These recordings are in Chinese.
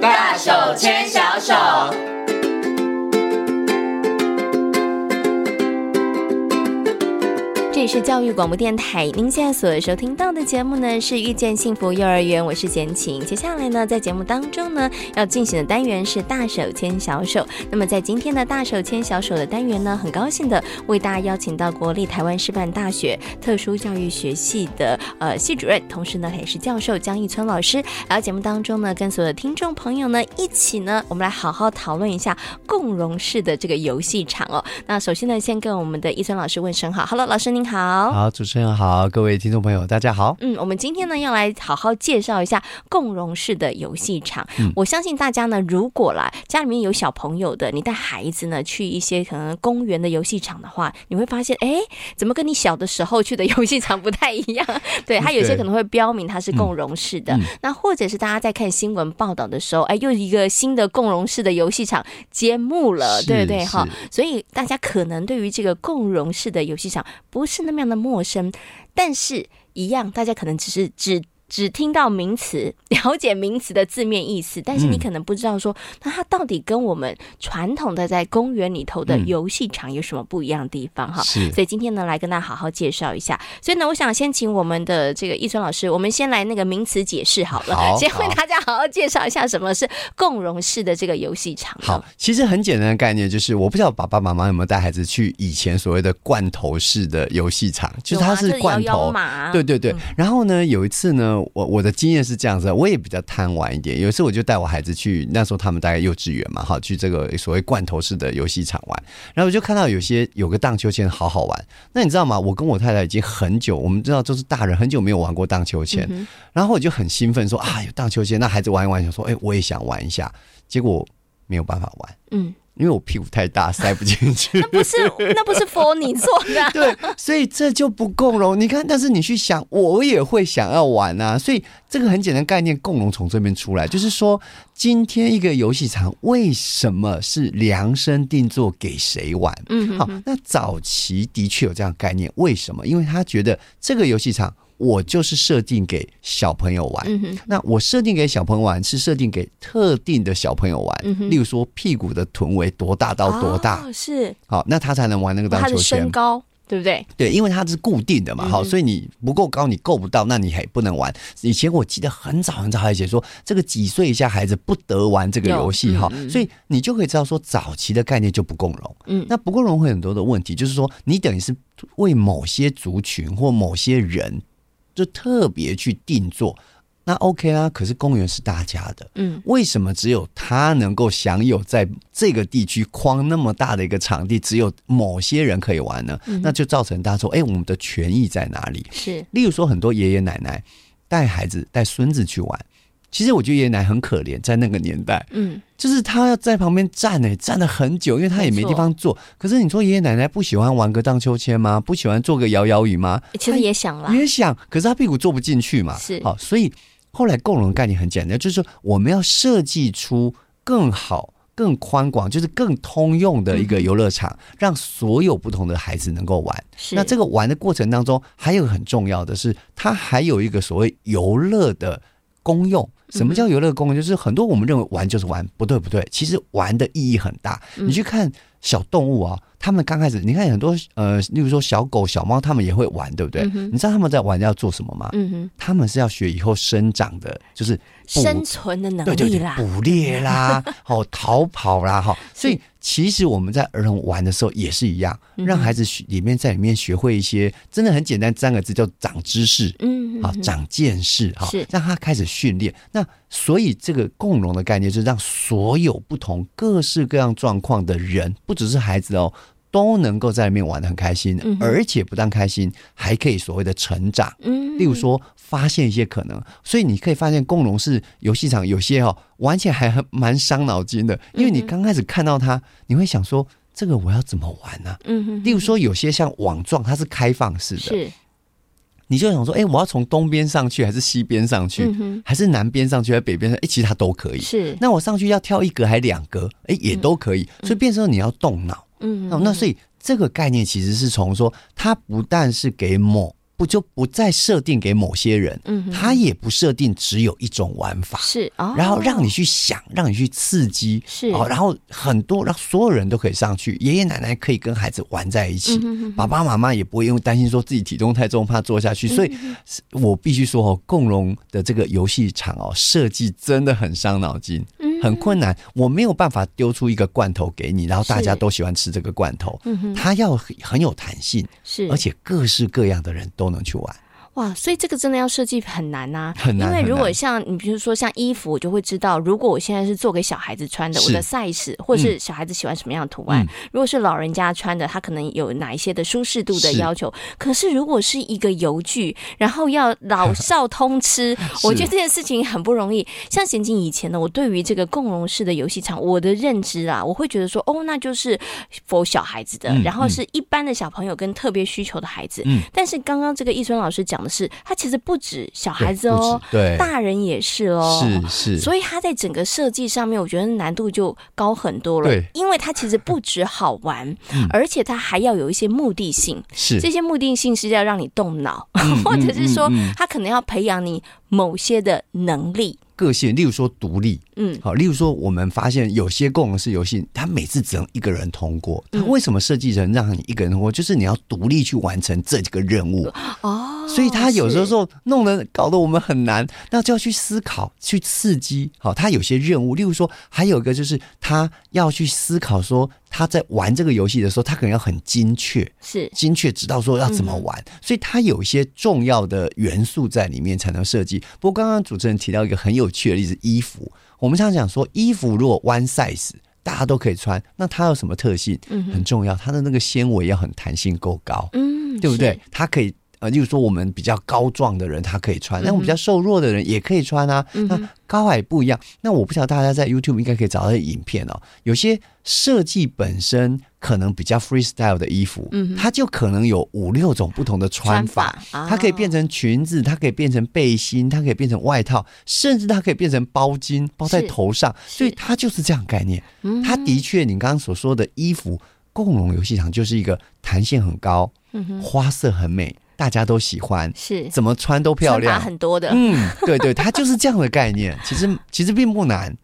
大手牵小手。这里是教育广播电台，您现在所收听到的节目呢是《遇见幸福幼儿园》，我是简晴。接下来呢，在节目当中呢，要进行的单元是“大手牵小手”。那么在今天的“大手牵小手”的单元呢，很高兴的为大家邀请到国立台湾师范大学特殊教育学系的呃系主任，同时呢，他也是教授江一春老师。来到节目当中呢，跟所有的听众朋友呢一起呢，我们来好好讨论一下共融式的这个游戏场哦。那首先呢，先跟我们的一村老师问声好，Hello，老师您好。好，主持人好，各位听众朋友，大家好。嗯，我们今天呢要来好好介绍一下共融式的游戏场。嗯我相信大家呢，如果啦家里面有小朋友的，你带孩子呢去一些可能公园的游戏场的话，你会发现，哎，怎么跟你小的时候去的游戏场不太一样？ 对，它有些对可能会标明它是共融式的，嗯那或者是大家在看新闻报道的时候，哎，又一个新的共融式的游戏场揭幕了，是嗯对不对？哈，是所以大家可能对于这个共融式的游戏场不是那么样的陌生，但是一样，大家可能只是只只听到名词， 了解名词的字面意思，但是你嗯可能不知道说，那它到底跟我们传统的在公园里头的嗯游戏场有什么不一样的地方哈？是所以今天呢，来跟大家好好介绍一下。所以呢，我想先请我们的这个易春老师，我们先来那个名词解释好了，好先为好大家好好介绍一下什么是共融式的这个游戏场。好，，其实很简单的概念就是，我不知道爸爸妈妈有没有带孩子去以前所谓的罐头式的游戏场，就是它是有啊罐就是摇摇头。马啊对对对嗯，然后呢，有一次呢，我我的经验是这样子，我也比较贪玩一点。有一次我就带我孩子去，那时候他们大概幼稚园嘛，哈，去这个所谓罐头式的游戏场玩。然后我就看到有些有个荡秋千好好玩。那你知道吗？我跟我太太已经很久，我们知道都是大人，很久没有玩过荡秋千。嗯然后我就很兴奋说啊，有荡秋千，那孩子玩一玩，想说哎、我也想玩一下。结果没有办法玩。嗯，因为我屁股太大，塞不进去。 那不是那不是 for 你做的啊、对，所以这就不共融。你看，但是你去想，我也会想要玩啊。所以这个很简单概念，共融从这边出来，就是说，今天一个游戏场为什么是量身定做给谁玩？嗯哼好，那早期的确有这样的概念，为什么？因为他觉得这个游戏场我就是设定给小朋友玩。 嗯哼，那我设定给小朋友玩是设定给特定的小朋友玩，嗯哼例如说屁股的臀围多大到多大，哦、是好，那他才能玩那个荡他的秋身千。高，对不对？对，因为它是固定的嘛，好，嗯所以你不够高，你够不到，那你还不能玩。以前我记得很早很早还写说，这个几岁以下孩子不得玩这个有游戏哈，嗯嗯所以你就可以知道说，早期的概念就不共融。嗯，那不共融会有很多的问题，就是说你等于是为某些族群或某些人就特别去定做，那 OK 啊，可是公园是大家的，嗯为什么只有他能够享有在这个地区框那么大的一个场地，只有某些人可以玩呢？嗯那就造成大家说，哎、我们的权益在哪里？是例如说，很多爷爷奶奶带孩子、带孙子去玩，其实我觉得爷爷奶奶很可怜，在那个年代，嗯就是他要在旁边站呢、站了很久，因为他也没地方坐。可是你说爷爷奶奶不喜欢玩个荡秋千吗？不喜欢坐个摇摇椅吗？其实他也想啦，也想，可是他屁股坐不进去嘛。是好，所以后来共融概念很简单，就是说我们要设计出更好、更宽广，就是更通用的一个游乐场，让所有不同的孩子能够玩。是那这个玩的过程当中，还有很重要的是，它还有一个所谓游乐的功嗯用。什么叫游乐功用？就是很多我们认为玩就是玩，不对不对，其实玩的意义很大。嗯你去看小动物啊，他们刚开始，你看很多呃，例如说小狗、小猫，他们也会玩，对不对？嗯哼你知道他们在玩要做什么吗？嗯哼他们是要学以后生长的，就是捕生存的能对对力对啦，捕 猎啦，哦，逃跑啦，哈、所以其实我们在儿童玩的时候也是一样，嗯让孩子学里面在里面学会一些真的很简单三个字叫长知识。嗯好嗯，长见识，好是，让他开始训练。那所以这个共融的概念，就是让所有不同、各式各样状况的人，不只是孩子哦，都能够在里面玩的很开心，嗯哼而且不但开心，还可以所谓的成长。嗯，例如说发现一些可能，所以你可以发现共融式游戏场有些哦，玩起来还很蛮伤脑筋的，因为嗯你刚开始看到它，你会想说这个我要怎么玩呢、嗯哼，例如说有些像网状，它是开放式的，是你就想说，哎、我要从东边上去，还是西边上去，嗯哼还是南边上去，还是北边上去？哎、其实它都可以。是，那我上去要跳一格还两格，哎、也都可以。所以变成说你要动脑。嗯哦，那所以这个概念其实是从说，它不但是给某不就不再设定给某些人，嗯哼它也不设定只有一种玩法，是哦，然后让你去想，让你去刺激，是哦，然后很多让所有人都可以上去，爷爷奶奶可以跟孩子玩在一嗯起，爸爸妈妈也不会因为担心说自己体重太重怕做下去，所以嗯是我必须说哦，共融的这个游戏场哦，设计真的很伤脑筋，嗯很困难，我没有办法丢出一个罐头给你，然后大家是嗯都喜欢吃这个罐头，它要很很有弹性，是，而且各式各样的人都能去玩。哇，所以这个真的要设计很难呐、很难因为很如果难像你，比如说像衣服，我就会知道，如果我现在是做给小孩子穿的，我是的 size 或是小孩子喜欢什么样的图案。嗯如果是老人家穿的，他可能有哪一些的舒适度的是要求。可是如果是一个油具，然后要 老少通吃，我觉得这件事情很不容易。像贤静以前呢，我对于这个共融式的游戏场，我的认知啊，我会觉得说，哦，那就是否小孩子的，嗯然后嗯是一般的小朋友跟特别需求的孩子。嗯但是刚刚这个易春老师讲的是，他其实不止小孩子哦，对，大人也是哦。是是，所以他在整个设计上面，我觉得难度就高很多了。对嗯因为它其实不止好玩，而且它还要有一些目的性。是嗯这些目的性是要让你动脑， 或者是说，它可能要培养你某些的能力。个性，例如说独立，嗯，好，例如说我们发现有些共融式游戏，它每次只能一个人通过。嗯它为什么设计成让你一个人通过？就是你要独立去完成这几个任务，哦，所以它有时候是说弄得搞得我们很难，那就要去思考、去刺激。好，它有些任务，例如说还有一个就是他要去思考说他在玩这个游戏的时候，他可能要很精确。是精确知道说要怎么玩，所以它有一些重要的元素在里面才能设计。不过刚刚主持人提到一个很有趣的例子，衣服。我们常常讲说，衣服如果 one size 大家都可以穿，那它有什么特性？很重要，它的那个纤维要很弹性够高，嗯，对不是对？？它可以。呃，例如说我们比较高壮的人，他可以穿；那我们比较瘦弱的人也可以穿啊。那高矮不一样。那我不晓得大家在 YouTube 应该可以找到影片哦。有些设计本身可能比较 freestyle 的衣服，它就可能有五六种不同的穿法。啊它可以变成裙子，它可以变成背心，它可以变成外套，甚至它可以变成包巾包在是头上，是嗯所以它就是这样概念。它的确，你刚刚所说的衣服共融游戏场就是一个弹性很高，花色很美，大家都喜欢，嗯是怎么穿都漂穿亮法。很多的。嗯，对对，它就是这样的概 念。其实其实并不难，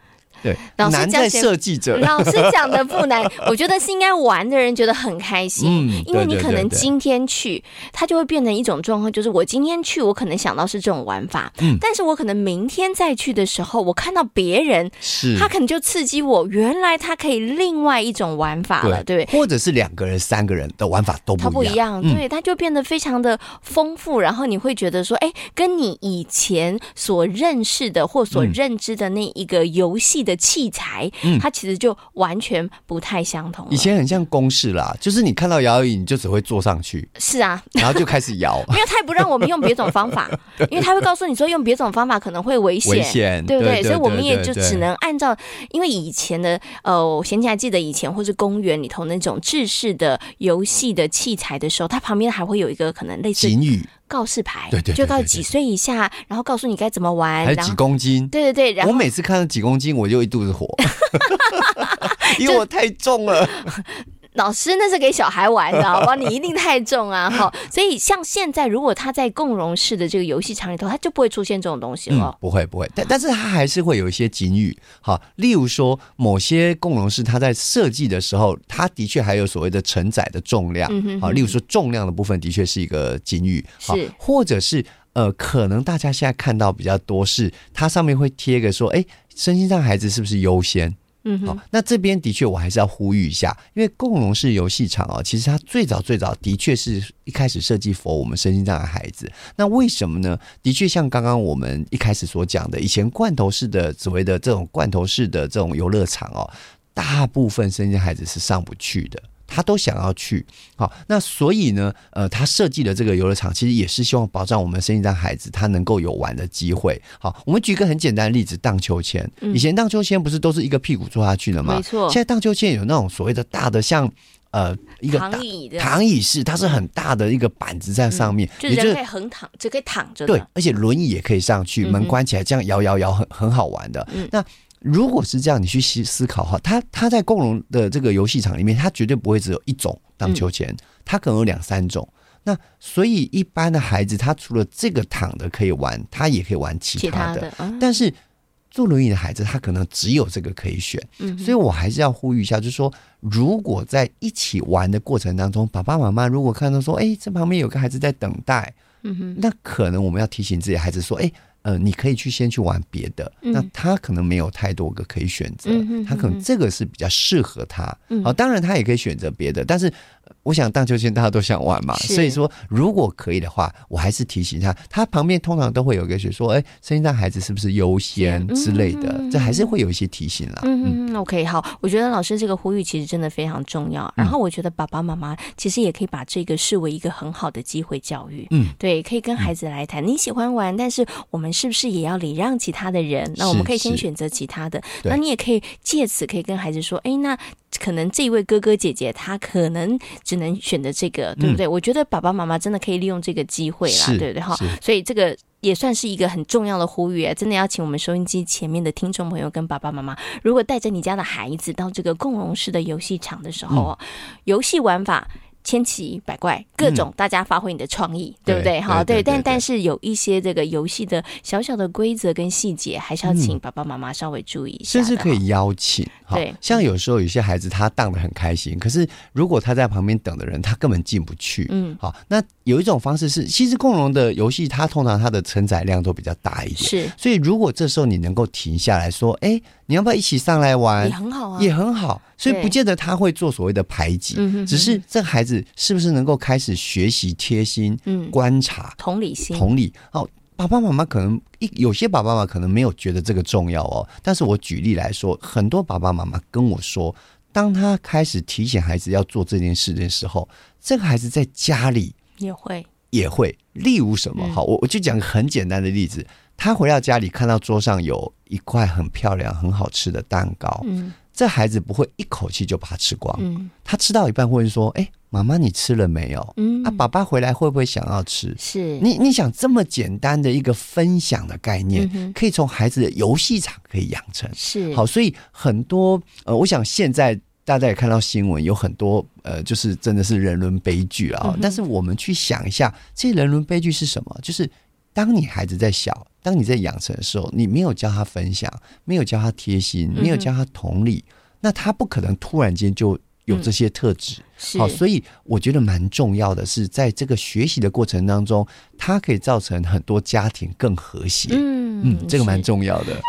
对，老师难这样在写设计 者。老师讲的不 难，我觉得是应该玩的人觉得很开心，嗯因为你对对可能对对今天去，它就会变成一种状况，就是我今天去，我可能想到是这种玩法，嗯但是我可能明天再去的时候，我看到别人，是他可能就刺激我，原来他可以另外一种玩法了，对不对？或者是两个人、三个人的玩法都它不不一一样。样，嗯对，它就变得非常的丰富，然后你会觉得说，哎，跟你以前所认识的或所嗯认知的那一个游戏的器材，嗯它其实就完全不太相同了。以前很像公式啦，就是你看到摇椅，你就只会坐上去，是啊，。然后就开始摇没有，他也不让我们用别种方 法，因为他会告诉你说用别种方法可能会 危险，危险对不对对所以我们也对就对只能按照，因为以前的呃，我贤姐还记得以前或是公园里头那种制式的游戏的器材的时候，它旁边还会有一个可能类似警语告示牌，对对对就告诉对对几岁以下，然后告诉你该怎么玩，还有哎然几后公斤，对对对，然我后每次看到几公斤，我就一 肚子火，因为我太重了。老师那是给小孩玩的，好不好？你一定太重 啊，哈！所以像现在，如果他在共融式的这个游戏场里头，它就不会出现这种东西了。嗯，不会不会，但但是它还是会有一些警语，好，例如说某些共融式，它在设计的时候，它的确还有所谓的承载的重量，嗯哼好，例如说重量的部分的确是一个警语，好是，或者是呃，可能大家现在看到比较多是它上面会贴个说，哎，身心障孩子是不是优先？嗯好，那这边的确我还是要呼吁一下，因为共融式游戏场哦，其实它最早最早的确是一开始设计 for 我们身心障碍孩子。那为什么呢？的确像刚刚我们一开始所讲的，以前罐头式的所谓的这种罐头式的这种游乐场哦，大部分身心孩子是上不去的。他都想要去，好，那所以呢，呃，他设计的这个游乐场其实也是希望保障我们身心障碍孩子他能够有玩的机会。好，我们举一个很简单的例子，荡秋千。以前荡秋千不是都是一个屁股坐下去的吗？嗯没错现在荡秋千有那种所谓的大的像，呃，一个大躺椅的，嗯躺椅式，它是很大的一个板子在上面，就也人可以横躺，只可以躺着的。嗯对，而且轮椅也可以上去，门关起来，这样摇摇摇很很好玩的。那如果是这样，你去思思考哈，它它在嗯共融的这个游戏场里面，它绝对不会只有一种荡秋千，它可能有两三种。那所以一般的孩子，他除了这个躺着可以玩，他也可以玩其其他他的。嗯的，啊但是坐轮椅的孩子，他可能只有这个可以选。嗯哼所以我还是要呼吁一下，就是说，如果在一起玩的过程当中，爸爸妈妈如果看到说，哎、这旁边有个孩子在等待，嗯哼，那可能我们要提醒自己的孩子说，哎、呃，你可以去先去玩别的，嗯那他可能没有太多个可以选择，嗯哼他可嗯能哼这个是比较适合他。好、嗯当然他也可以选择别的，但是呃我想荡秋千大家都想玩嘛，是所以说如果可以的话，我还是提醒他，他旁边通常都会有一个选说，哎、声音障孩子是不是优先嗯之类的，嗯嗯这还是会有一些提醒啦。嗯嗯，OK，好，我觉得老师这个呼吁其实真的非常重要。嗯然后我觉得爸爸妈妈其实也可以把这个视为一个很好的机会教育。嗯，对，可以跟孩子来谈，你喜欢玩，但是我们是不是也要礼让其他的人？那我们是可以先是选择其他的。对那你也可以借此可以跟孩子说，哎，那可能这一位哥哥姐姐他可能只能选择这个，对不嗯对？我觉得爸爸妈妈真的可以利用这个机会啦，是对不对？哈是，所以这个。也算是一个很重要的呼吁，真的要请我们收音机前面的听众朋友跟爸爸妈妈如果带着你家的孩子到这个共融式的游戏场的时候嗯哦，游戏玩法。千奇百怪，各种大家发挥你的创意，对不对？嗯对哈，对对但对但是有一些这个游戏的小小的规则跟细节，还是要请爸爸妈妈稍微注意一下嗯甚的哈。至可以邀请，哈对像有时候有些孩子他荡得很开心，可是如果他在旁边等的人，他根本进不去。嗯，好，那有一种方式是，其实共融的游戏，它通常它的承载量都比较大一点，是所以如果这时候你能够停下来说，哎、你要不要一起上来玩也？很好啊，也很好，所以对不见得他会做所谓的排挤嗯哼哼，只是这孩子是不是能够开始学习贴心、嗯，观察、同理心，同理，哦，爸爸妈妈可能一有些爸爸妈妈可能没有觉得这个重要哦，但是我举例来说，很多爸爸妈妈跟我说，当他开始提醒孩子要做这件事的时候，这个孩子在家里也会也会，例如什么？嗯好，我我就讲个很简单的例子，他回到家里看到桌上有一块很漂亮、很好吃的蛋糕，嗯这孩子不会一口气就把它吃光，嗯他吃到一半会说：“哎、妈妈，你吃了没有？”嗯啊，爸爸回来会不会想要吃？是你你想这么简单的一个分享的概念，嗯哼可以从孩子的游戏场可以养成。是好，所以很多呃，我想现在大家也看到新闻，有很多呃，就是真的是人伦悲剧啊、嗯哼但是我们去想一下，这些人伦悲剧是什么？就是当你孩子在小，当你在养成的时候，你没有教他分享，没有教他贴心，嗯没有教他同理，那他不可能突然间就有这些特质。嗯是好，所以我觉得蛮重要的是，在这个学习的过程当中，它可以造成很多家庭更和谐。嗯这个蛮是重要的。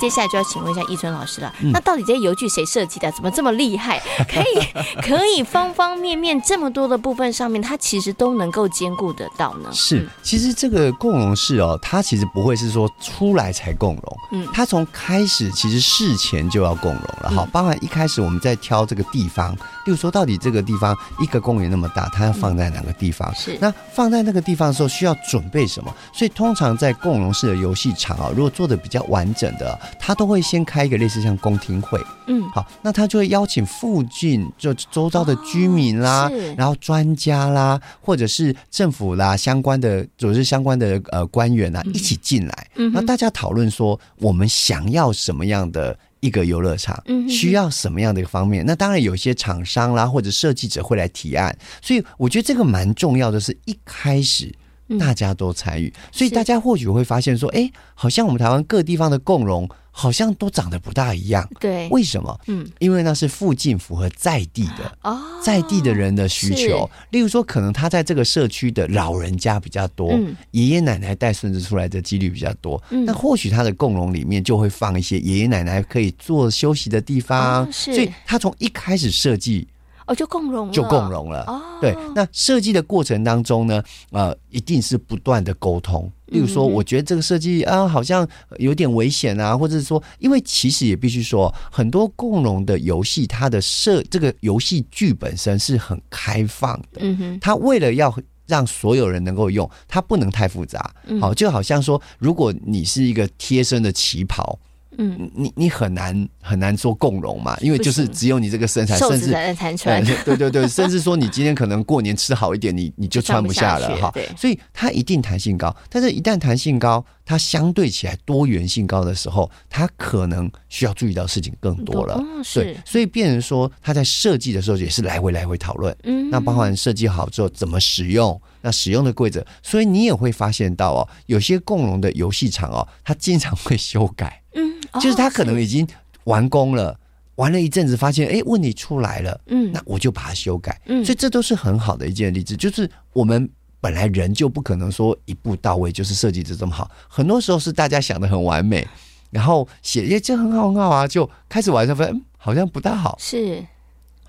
接下来就要请问一下易春老师了，嗯那到底这些油剧谁设计的？怎么这么厉 害？可以可以方方面面这么多的部分上面，它其实都能够兼顾得到呢？嗯是，其实这个共融式哦，它其实不会是说出来才共融，嗯它从开始其实事前就要共融了哈，包含一开始我们在挑这个地方，例如说到底这个地方一个公园那么大，它要放在哪个地方？是那放在那个地方的时候需要准备什么？所以通常在共融式的游戏场啊、如果做的比较完整的，它都会先开一个类似像公听会，嗯，好，那他就会邀请附近就周遭的居民啦，哦是然后专家啦，或者是政府啦相关的，组织相关的呃官员啊，一起进来，嗯哼那大家讨论说我们想要什么样的。一个游乐场嗯哼哼需要什么样的一个方面？那当然有些厂商啦或者设计者会来提案，所以我觉得这个蛮重要的，是一开始嗯大家都参与，所以是大家或许会发现说，哎、好像我们台湾各地方的共融好像都长得不大一样，对，为什么？嗯因为那是附近符合在地的。哦，在地的人的需求，例如说，可能他在这个社区的老人家比较多嗯，爷爷、奶奶带孙子出来的几率比较多。那或许他的共融里面就会放一些爷爷奶奶可以做休息的地方，哦是所以他从一开始设计哦就共融了就共融了。哦，对，那设计的过程当中呢，呃，一定是不断的沟通。例如说，嗯我觉得这个设计啊，好像有点危险啊，或者是说，因为其实也必须说，很多共融的游戏，它的设这个游戏剧本身是很开放的，嗯哼它为了要。让所有人能够用，嗯它不能太复杂。好，就好像说，如果你是一个贴身的旗袍，嗯，你你很难很难说共荣嘛，因为就是不行只有你这个身材，瘦嗯甚子至才能残存。呃对对对，甚至说你今天可能过年吃好一点，你你就穿不下上了不下哈去对。所以它一定弹性高，但是一旦弹性高，它相对起来多元性高的时候，它可能需要注意到事情更多了。嗯，对是，，所以变成说他在设计的时候也是来回来回讨论。嗯，那包含设计好之后怎么使用，那使用的规则，所以你也会发现到哦，有些共融的游戏场哦，它经常会修改，嗯，就是它他可能已经完工了，玩了一阵子，发现哎问题出来了，嗯那我就把它修改，嗯所以这都是很好的一件例子，就是我们。本来人就不可能说一步到位，就是设计的这么好。很多时候是大家想的很完美，嗯然后写耶这很好很好啊，就开始玩上发现嗯好像不大好，是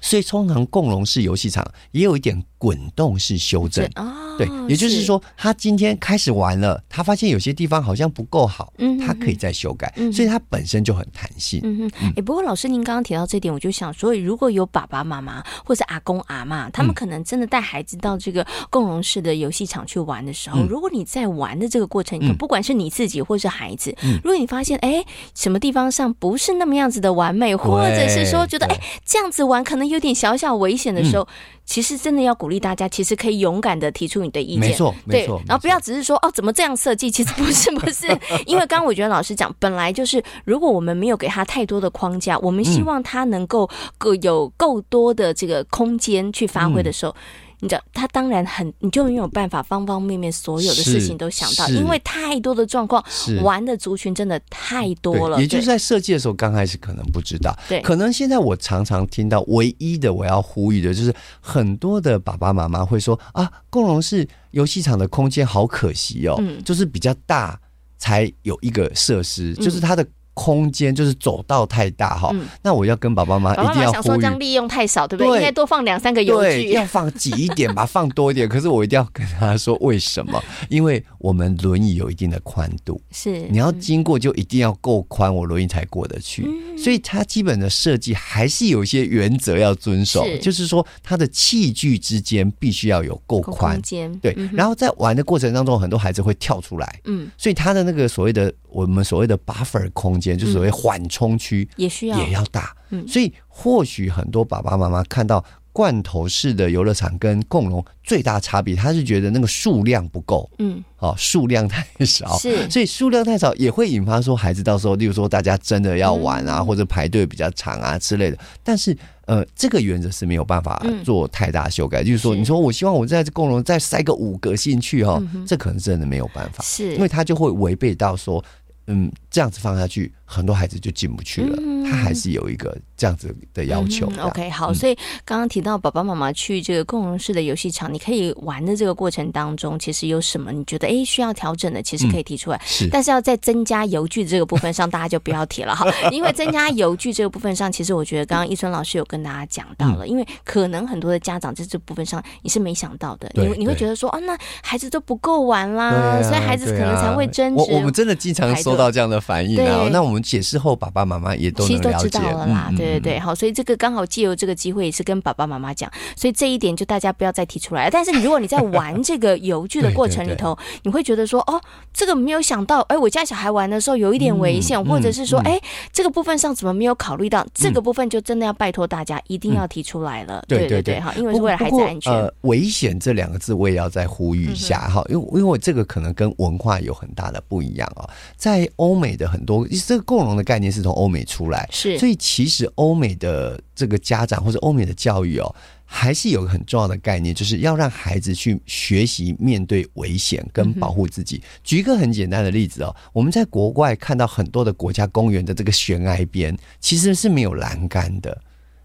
所以通常共融式游戏场也有一点滚动式修正对，哦，对，也就是，说，他今天开始玩了，他发现有些地方好像不够好嗯，他可以再修改嗯，所以它本身就很弹性。嗯哼，哎、不过老师您刚刚提到这点，我就想说，如果有爸爸妈妈或是阿公阿妈，他嗯们可能真的带孩子到这个共融式的游戏场去玩的时候，嗯如果你在玩的这个过程中，嗯不管是你自己或是孩子，嗯如果你发现哎、诶什么地方上不是那么样子的完美，或者是说觉得哎、对嗯诶这样子玩可能有点小小危险的时候，其实真的要鼓励大家，其实可以勇敢的提出你的意见，没错，对没错，，然后没不要错只是说哦，怎么这样设计？其实不是，不 是，因为刚刚我觉得老师讲，本来就是，如果我们没有给他太多的框架，我们嗯希望他能够够有够多的这个空间去发挥的时候。嗯你知道，他当然很，你就没有办法方方面面所有的事是情都想到，是因为太多的状况，是玩的族群真的太多对，了。也就是对在设计的时候，刚开始可能不知道，对可能现在我常常听到唯一的我要呼吁的就是，很多的爸爸妈妈会说啊，共融式游戏场的空间好可惜哦，嗯就是比较大才有一个设施，就是它的空间就是走道太大哈、嗯那我要跟爸爸妈爸爸妈呃一定妈要想说呼这吁样。利用太少，对不对？对应该多放两三个油对，具。要放挤一点 吧，放多一点。可是我一定要跟他说为什么？因为我们轮椅有一定的宽度，是你要经过就一定要够宽，我轮椅才过得去。嗯所以它基本的设计还是有一些原则要遵守，是就是说它的器具之间必须要有够够嗯宽空。间，对，然后在玩的过程当中，很多孩子会跳出来，嗯，所以它的那个所谓的我们所谓的 buffer 空间，就是所谓缓冲区，也需嗯要也要大。嗯所以或许很多爸爸妈妈看到罐头式的游乐场跟共融最大差别，他是觉得那个数量不够，嗯哦，数量太少，是所以数量太少也会引发说孩子到时候，例如说大家真的要玩嗯啊，或者排队比较长啊之类的。但是呃，这个原则是没有办法嗯做太大修改，就是说，是你说我希望我在这共融再塞个五个进去哦，嗯哼这可能真的没有办法，是因为他就会违背到说。嗯，这样子放下去，很多孩子就进不去了。嗯他还是有一个这样子的要求嗯的。哼 OK，好，嗯所以刚刚提到爸爸妈妈去这个共融式的游戏场，你可以玩的这个过程当中，其实有什么你觉得诶需要调整的，其实可嗯以提出来。是但是要在增加油具这个部分上，大家就不要提 了哈，因为增加油具这个部分上，其实我觉得刚刚一春老师有跟大家讲到嗯了，因为可能很多的家长在这部分上你是没想到的，你对你会对觉得说啊，那孩子都不够玩啦，对啊哦啊所以孩子可能才会争执。我我们真的经常收到这样的反应排啊队，那我们解释后，爸爸妈妈也都其能实都了知解道了啦，嗯嗯对对嗯对，好，所以这个刚好借由这个机会也是跟爸爸妈妈讲，所以这一点就大家不要再提出来了。但是如果你在玩这个游具的过程里头，你会觉得说，哦，这个没有想到，哎，我家小孩玩的时候有一点危险，嗯或者是说，嗯哎，这个部分上怎么没有考虑到？这个部分就真的要拜托大家一定要提出来了，嗯对对对对，对哈，因为不是为了不孩子过安全，嗯呃，危险这两个字我也要再呼吁一下哈、因为因为我这个可能跟文化有很大的不一样哦。在欧美的很多这个共融的概念是从欧美出来，是所以其实欧美的这个家长或者欧美的教育哦，还是有个很重要的概念，就是要让孩子去学习面对危险嗯跟保护自己。举一个很简单的例子哦，我们在国外看到很多的国家公园的这个悬崖边其实是没有栏杆的，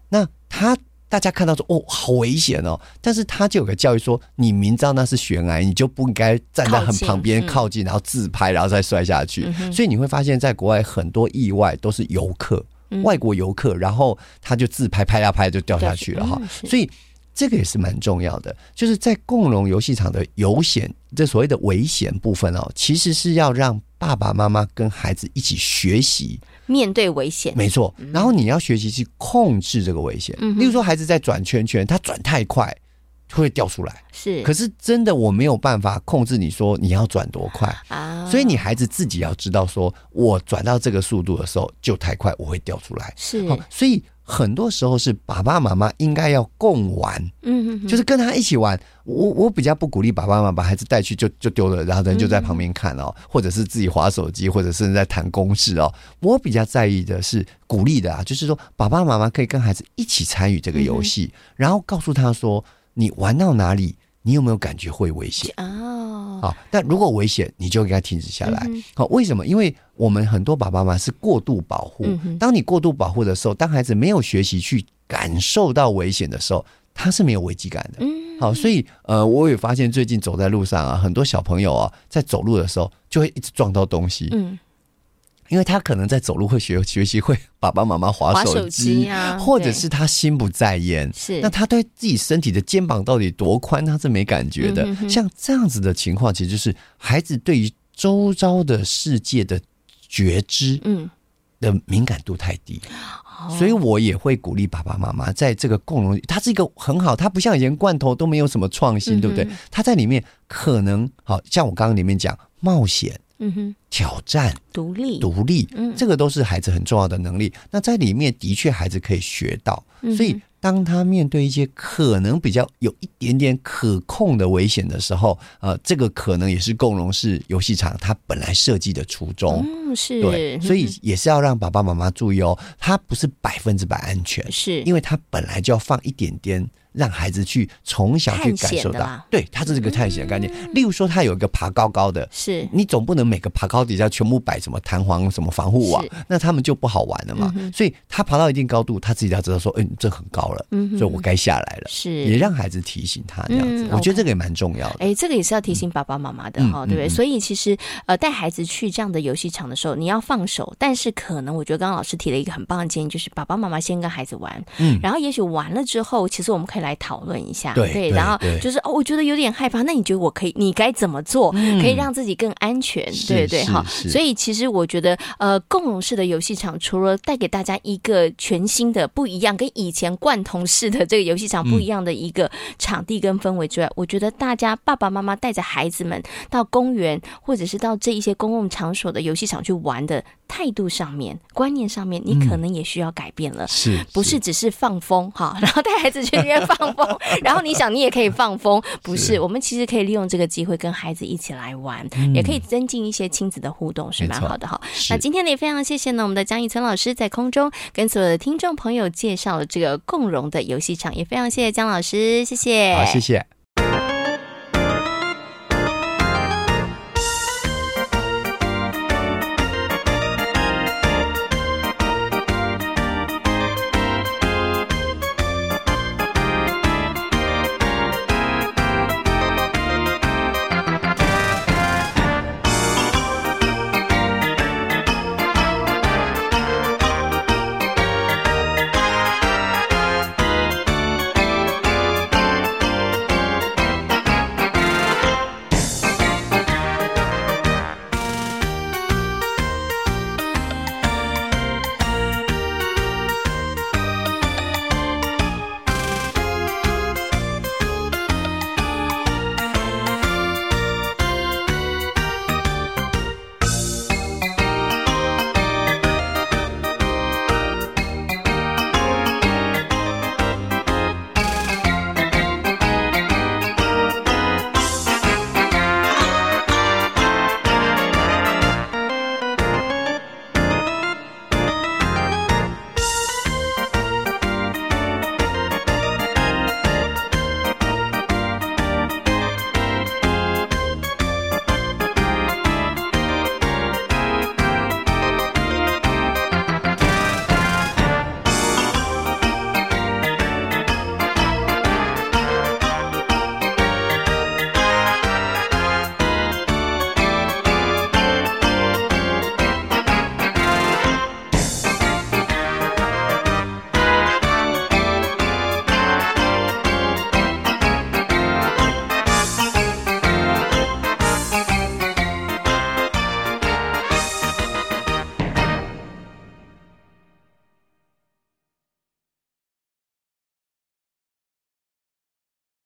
那他。大家看到说哦，好危险哦！但是他就有个教育说，你明知道那是悬崖，你就不应该站在靠很近旁边嗯靠近，然后自拍，然后再摔下去。所以你会发现在国外很多意外都是游客，嗯外国游客，然后他就自拍拍呀拍呀就掉下去了哈嗯。是所以这个也是蛮重要的，就是在共融游戏场的游险，这所谓的危险部分哦，其实是要让爸爸妈妈跟孩子一起学习，面对危险，没错。嗯然后你要学习去控制这个危险，例如说孩子在转圈圈，他转太快。会掉出来。是，可是真的我没有办法控制你说你要转多快，啊，所以你孩子自己要知道说，我转到这个速度的时候就太快，我会掉出来。是，好，所以很多时候是爸爸妈妈应该要共玩，嗯，就是是跟他一起玩。我我比较不鼓励爸爸妈妈把孩子带去就就丢了，然后人就在旁边看哦，或者是自己划手机，或者是在谈公事哦。我比较在意的是鼓励的啊，就是说爸爸妈妈可以跟孩子一起参与这个游戏，然后告诉他说，你玩到哪里，你有没有感觉会危险？哦，好，但如果危险，你就应该停止下来嗯哼。好、为什么？因为我们很多爸爸妈妈是过度保护。嗯哼当你过度保护的时候，当孩子没有学习去感受到危险的时候，他是没有危机感的。嗯，好，所以呃，我也发现最近走在路上啊，很多小朋友啊，在走路的时候就会一直撞到东西，嗯，因为他可能在走路会学学习会爸爸妈妈划划手手机机，啊，或者对是他心不在焉。是，那他对自己身体的肩膀到底多宽，他是没感觉的。嗯哼哼像这样子的情况，其实就是孩子对于周遭的世界的觉知嗯，的敏感度太低，哦所以我也会鼓励爸爸妈妈在这个共融，它是一个很好，它不像以前罐头都没有什么创新，嗯哼对不对？它在里面可能好像我刚刚里面讲冒险、嗯哼，挑战、独立，独立，嗯这个都是孩子很重要的能力。那在里面的确孩子可以学到，嗯哼所以当他面对一些可能比较有一点点可控的危险的时候，呃，这个可能也是共融式游戏场它本来设计的初衷。嗯，是，对，所以也是要让爸爸妈妈注意哦，它不是百分之百安全，是因为它本来就要放一点点，让孩子去从小去感受探险的到啦，嗯对，它这是个探险的概念。例如说，它有一个爬高高的，是你总不能每个爬高底下全部摆什么弹簧、什么防护网是，嗯那他们就不好玩了嘛。所以他爬到一定高度，他自己要知道说，嗯、这很高了，嗯哼所以我该下来了。是也让孩子提醒他这样子，嗯我 OK 觉得这个也蛮重要的。哎，这个也是要提醒爸爸妈妈的嗯哈、嗯对不对？嗯所以其实呃，带孩子去这样的游戏场的时候，你要放手，但是可能我觉得刚刚老师提了一个很棒的建议，就是爸爸妈妈先跟孩子玩，嗯然后也许玩了之后，其实我们可以来讨论一下，对对然后对就是哦，我觉得有点害怕，那你觉得我可以，你该怎么做、可以让自己更安全，嗯是对不对是哈？是所以其实我觉得呃，共融式的游戏场除了带给大家一个全新的、不一样，跟以前贯通式的这个游戏场不一样的一个场地跟氛围之外，我觉得大家爸爸妈妈带着孩子们到公园或者是到这一些公共场所的游戏场去玩的态度上面、观念上面，你可能也需要改变了。是不是只是放风哈， 然后带孩子去那边放风，然后你想你也可以放风，不是？是我们其实可以利用这个机会跟孩子一起来玩，也可以增进一些亲子的互动，是蛮没错好的哈。是那今天呢，也非常谢谢呢我们的江一村老师在空中跟所有的听众朋友介绍了这个共融的游戏场，也非常谢谢江老师，谢谢，好，谢谢。